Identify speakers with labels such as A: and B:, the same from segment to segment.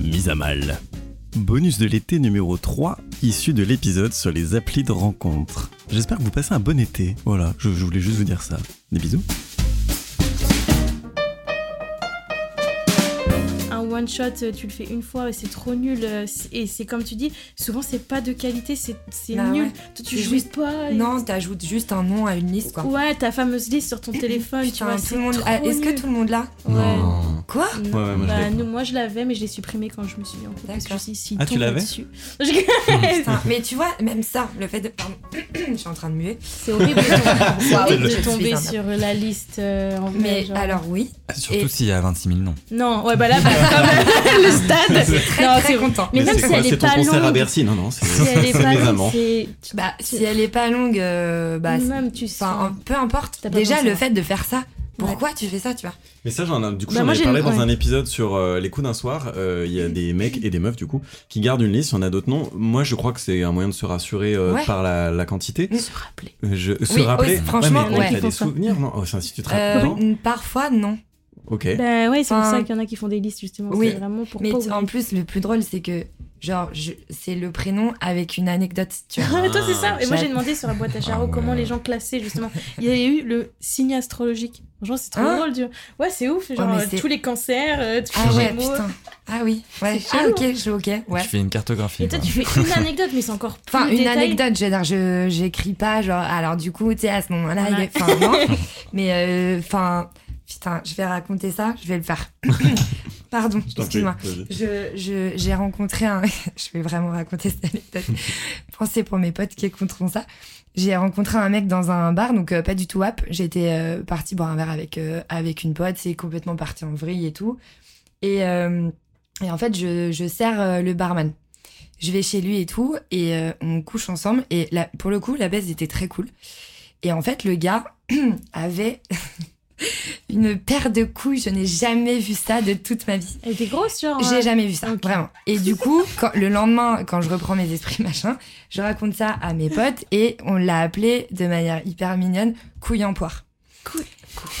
A: Mise à mal. Bonus de l'été numéro 3, issu de l'épisode sur les applis de rencontre. J'espère que vous passez un bon été. Voilà, je, je voulais juste vous dire ça. Des bisous.
B: un one shot, euh, tu le fais une fois et c'est trop nul. euh, c- Et c'est comme tu dis, souvent c'est pas de qualité, c'est c'est
C: Bah
B: nul.
C: ouais.
B: Toi, tu
C: C'est
B: joues
C: juste-
B: pas. et-
C: Non, t'ajoutes juste un nom à une liste, quoi.
B: Ouais, ta fameuse liste sur ton téléphone, tu
C: Putain,
B: vois.
C: tout
B: c'est
C: le monde...
B: trop
C: ah, Est-ce
B: nul.
C: que tout le monde l'a
B: Ouais.
A: Ah,
C: Quoi
B: Non,
A: Ouais, ouais, moi, je
B: bah,
A: l'ai pas.
B: nous, moi je l'avais, mais je l'ai supprimé quand je me suis dit en fait. parce que je me suis dit, s'il
A: Ah, tu
B: tombe
A: l'avais
B: dessus-
C: Putain, Mais tu vois, même ça, le fait de... Pardon, je suis en train de muer.
B: C'est horrible de tomber- c'est horrible
C: Je
B: de
C: suis
B: tomber
C: un
B: sur la liste euh, en vrai,
C: Mais
B: genre.
C: alors oui,
D: Surtout
C: Et-
D: s'il y a 26 000 noms.
B: Non, ouais, bah là, bah, quand même, le stade.
C: très
B: Non,
C: très
B: c'est-
C: content.
B: Mais même si elle est
A: C'est ton
B: pas
A: concert à
B: longue.
A: Bercy Non, non, c'est
B: Si elle est
A: c'est
B: pas
A: mes
B: longue,
A: amants.
B: c'est.
C: Bah, si elle est pas longue, euh, bah... c'est-
B: Même, tu sens.
C: Enfin, un- peu importe.
B: T'as pas
C: Déjà,
B: besoin de
C: le
B: savoir.
C: fait de faire ça, pourquoi tu fais ça, tu vois
A: Mais ça, j'en, ai- du coup,
B: Bah,
A: j'en
B: moi,
A: avais
B: j'ai
A: parlé
B: une-
A: dans
B: ouais.
A: un épisode sur euh, les coups d'un soir. euh, Il y a des mecs et des meufs, du coup, qui gardent une liste. Il y en a d'autres non. Moi, je crois que c'est un moyen de se rassurer euh,
C: Ouais.
A: par la, la quantité.
C: Mm.
B: se rappeler.
A: Euh, Je, se
C: Oui,
A: rappeler.
C: aussi, franchement,
A: mais
B: ouais.
A: t'as des
B: Ils font ça.
A: souvenirs, non Oh, ça, Si tu te
C: Euh,
A: rappelles. non
C: Parfois, non.
A: Ok.
B: Bah ouais, c'est pour
C: Enfin,
B: ça qu'il y en a qui font des listes justement.
C: oui,
B: c'est vraiment pour
C: Mais
B: pas
C: t- en plus, le plus drôle, c'est que, genre, je- c'est le prénom avec une anecdote, tu vois.
B: Ah, mais toi, c'est ça. Et moi,
C: Ah,
B: j'ai demandé sur la boîte à
D: Ah
B: charros
D: ouais.
B: comment les gens classaient, justement. Il y avait eu le signe astrologique. Franchement, c'est trop
C: Hein
B: drôle. Dieu. Ouais, c'est ouf. Genre,
C: mais
B: euh,
C: c'est-
B: tous les cancers, euh, tous
C: Ah
B: les
C: ouais,
B: gémeaux.
C: putain. Ah oui, ouais.
B: C'est
C: Ah
B: chelou.
C: ok, je ok, ouais.
D: Tu fais une cartographie.
B: Et toi,
D: quoi.
B: tu fais une anecdote, mais c'est encore plus
C: Enfin, une
B: détaillé.
C: anecdote, je veux dire, je- j'écris pas, genre, alors du coup, tu sais, à ce moment-là, il
B: Ouais.
C: est- enfin, non. Mais, euh, enfin, putain, je vais raconter ça, je vais le faire. Pardon,
A: Je t'en prie,
C: excuse-moi.
A: vas-y.
C: Je, je- j'ai rencontré un. je vais vraiment raconter cette anecdote. Pensez pour mes potes qui écouteront ça. J'ai rencontré un mec dans un bar, donc euh, pas du tout app. J'étais euh, partie boire un verre avec, euh, avec une pote, c'est complètement parti en vrille et tout. Et, euh, et en fait, je, je sers euh, le barman. Je vais chez lui et tout, et euh, on couche ensemble. Et là, pour le coup, la baisse était très cool. Et en fait, le gars avait une paire de couilles. Je n'ai jamais vu ça de toute ma vie.
B: Elle était grosse, genre.
C: J'ai
B: euh,
C: jamais vu ça,
B: Ok.
C: vraiment. Et du coup, quand- le lendemain, quand je reprends mes esprits, machin, je raconte ça à mes potes et on l'a appelé de manière hyper mignonne couille en poire.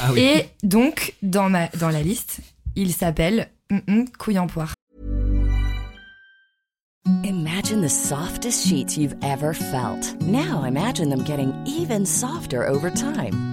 A: Ah oui.
C: Et donc, dans, ma, dans la liste, il s'appelle mm, mm, couille en poire.
E: Imagine the softest sheets you've ever felt. Now imagine them getting even softer over time.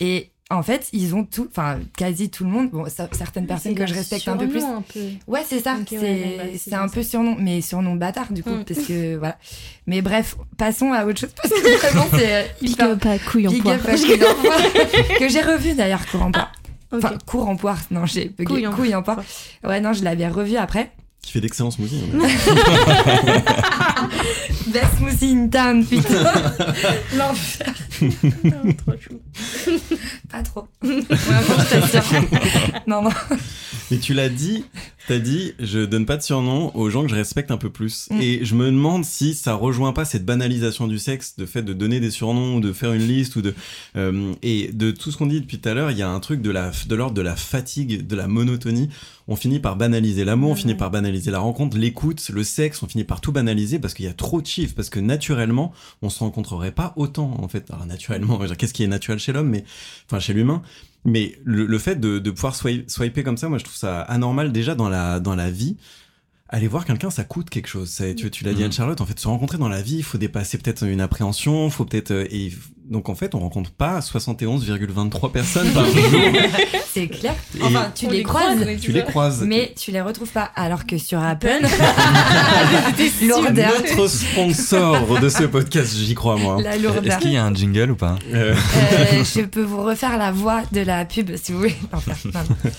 C: Et en fait, ils ont tout, enfin, quasi tout le monde, bon, ça- certaines personnes
B: c'est
C: que je
B: leur
C: respecte un peu
B: surnom,
C: plus.
B: un peu.
C: Ouais, c'est ça,
B: Ok, ouais,
C: c'est,
B: bon, bah, c'est
C: c'est
B: bien
C: un
B: ça.
C: peu surnom, mais surnom bâtard du coup,
B: Mm.
C: parce que voilà. Mais bref, passons à autre chose, parce que vraiment, c'est euh,
B: Big
C: hyper
B: up à couille en
C: Big
B: poire.
C: Ah, up à Couille en Poire, que j'ai revu d'ailleurs cours en poire.
B: Ok.
C: Enfin, cours en poire, non, j'ai bugué.
B: Couille
C: Couille
B: en
C: en, poire. Ouais, non, je l'avais revu après.
A: Qui fait d'excellents smoothies. hein.
C: Best smoothie in town, putain. L'enfer.
B: Ah, trop chou.
C: Pas trop. Vraiment, je t'assure. non, non.
A: Mais tu l'as dit, t'as dit, je donne pas de surnom aux gens que je respecte un peu plus.
C: Mm.
A: Et je me demande si ça rejoint pas cette banalisation du sexe, de fait de donner des surnoms ou de faire une liste ou de euh, et de tout ce qu'on dit depuis tout à l'heure, il y a un truc de la de l'ordre de la fatigue, de la monotonie. On finit par banaliser l'amour, on finit par banaliser la rencontre, l'écoute, le sexe, on finit par tout banaliser parce qu'il y a trop de chiffres, parce que naturellement, on se rencontrerait pas autant en fait. Alors naturellement, je veux dire, qu'est-ce qui est naturel chez l'homme, mais enfin chez l'humain. Mais le, le fait de, de pouvoir swi- swiper comme ça, moi je trouve ça anormal déjà dans la, dans la vie. Aller voir quelqu'un, ça coûte quelque chose. Ça- tu tu l'as dit
D: Mhm.
A: Anne-Charlotte, en fait, se rencontrer dans la vie, il faut dépasser peut-être une appréhension, faut peut-être... euh, Et Donc en fait, on rencontre pas 71,23 personnes par jour.
C: C'est clair.
A: Et
C: Enfin, tu
B: On
C: les croises,
B: mais
A: tu les croises.
C: mais tu les retrouves pas. Alors que sur Apple, lourdeur.
A: Notre sponsor de ce podcast, j'y crois moi.
C: La
D: Est-ce
C: lourdeur.
D: qu'il y a un jingle ou pas
A: Euh,
C: Euh, je peux vous refaire la voix de la pub si vous voulez. Non, non, non.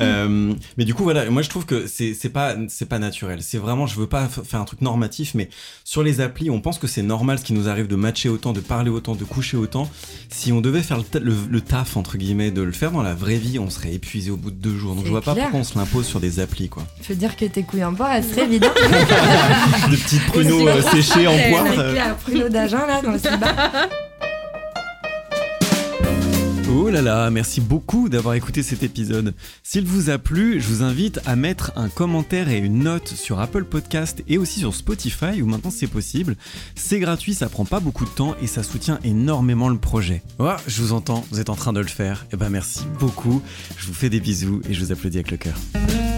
A: Euh, mais du coup voilà moi je trouve que c'est c'est pas c'est pas naturel c'est vraiment je veux pas f- faire un truc normatif mais sur les applis on pense que c'est normal ce qui nous arrive de matcher autant de parler autant de coucher autant si on devait faire le, ta- le- le taf entre guillemets de le faire dans la vraie vie on serait épuisé au bout de deux jours donc
C: C'est
A: je vois pas
C: clair.
A: pourquoi on se l'impose sur des applis quoi
C: Je veux dire que tes couilles en bois, elles seraient évidentes.
A: des petits pruneaux
C: Ah. C'est
A: euh, séchés en poire
C: C'est
A: euh.
C: clair, pruneau d'agent là dans le bas.
A: Oh là là, merci beaucoup d'avoir écouté cet épisode. S'il vous a plu, je vous invite à mettre un commentaire et une note sur Apple Podcast et aussi sur Spotify où maintenant c'est possible. C'est gratuit, ça prend pas beaucoup de temps et ça soutient énormément le projet. Oh, je vous entends, vous êtes en train de le faire. Eh ben merci beaucoup. Je vous fais des bisous et je vous applaudis avec le cœur.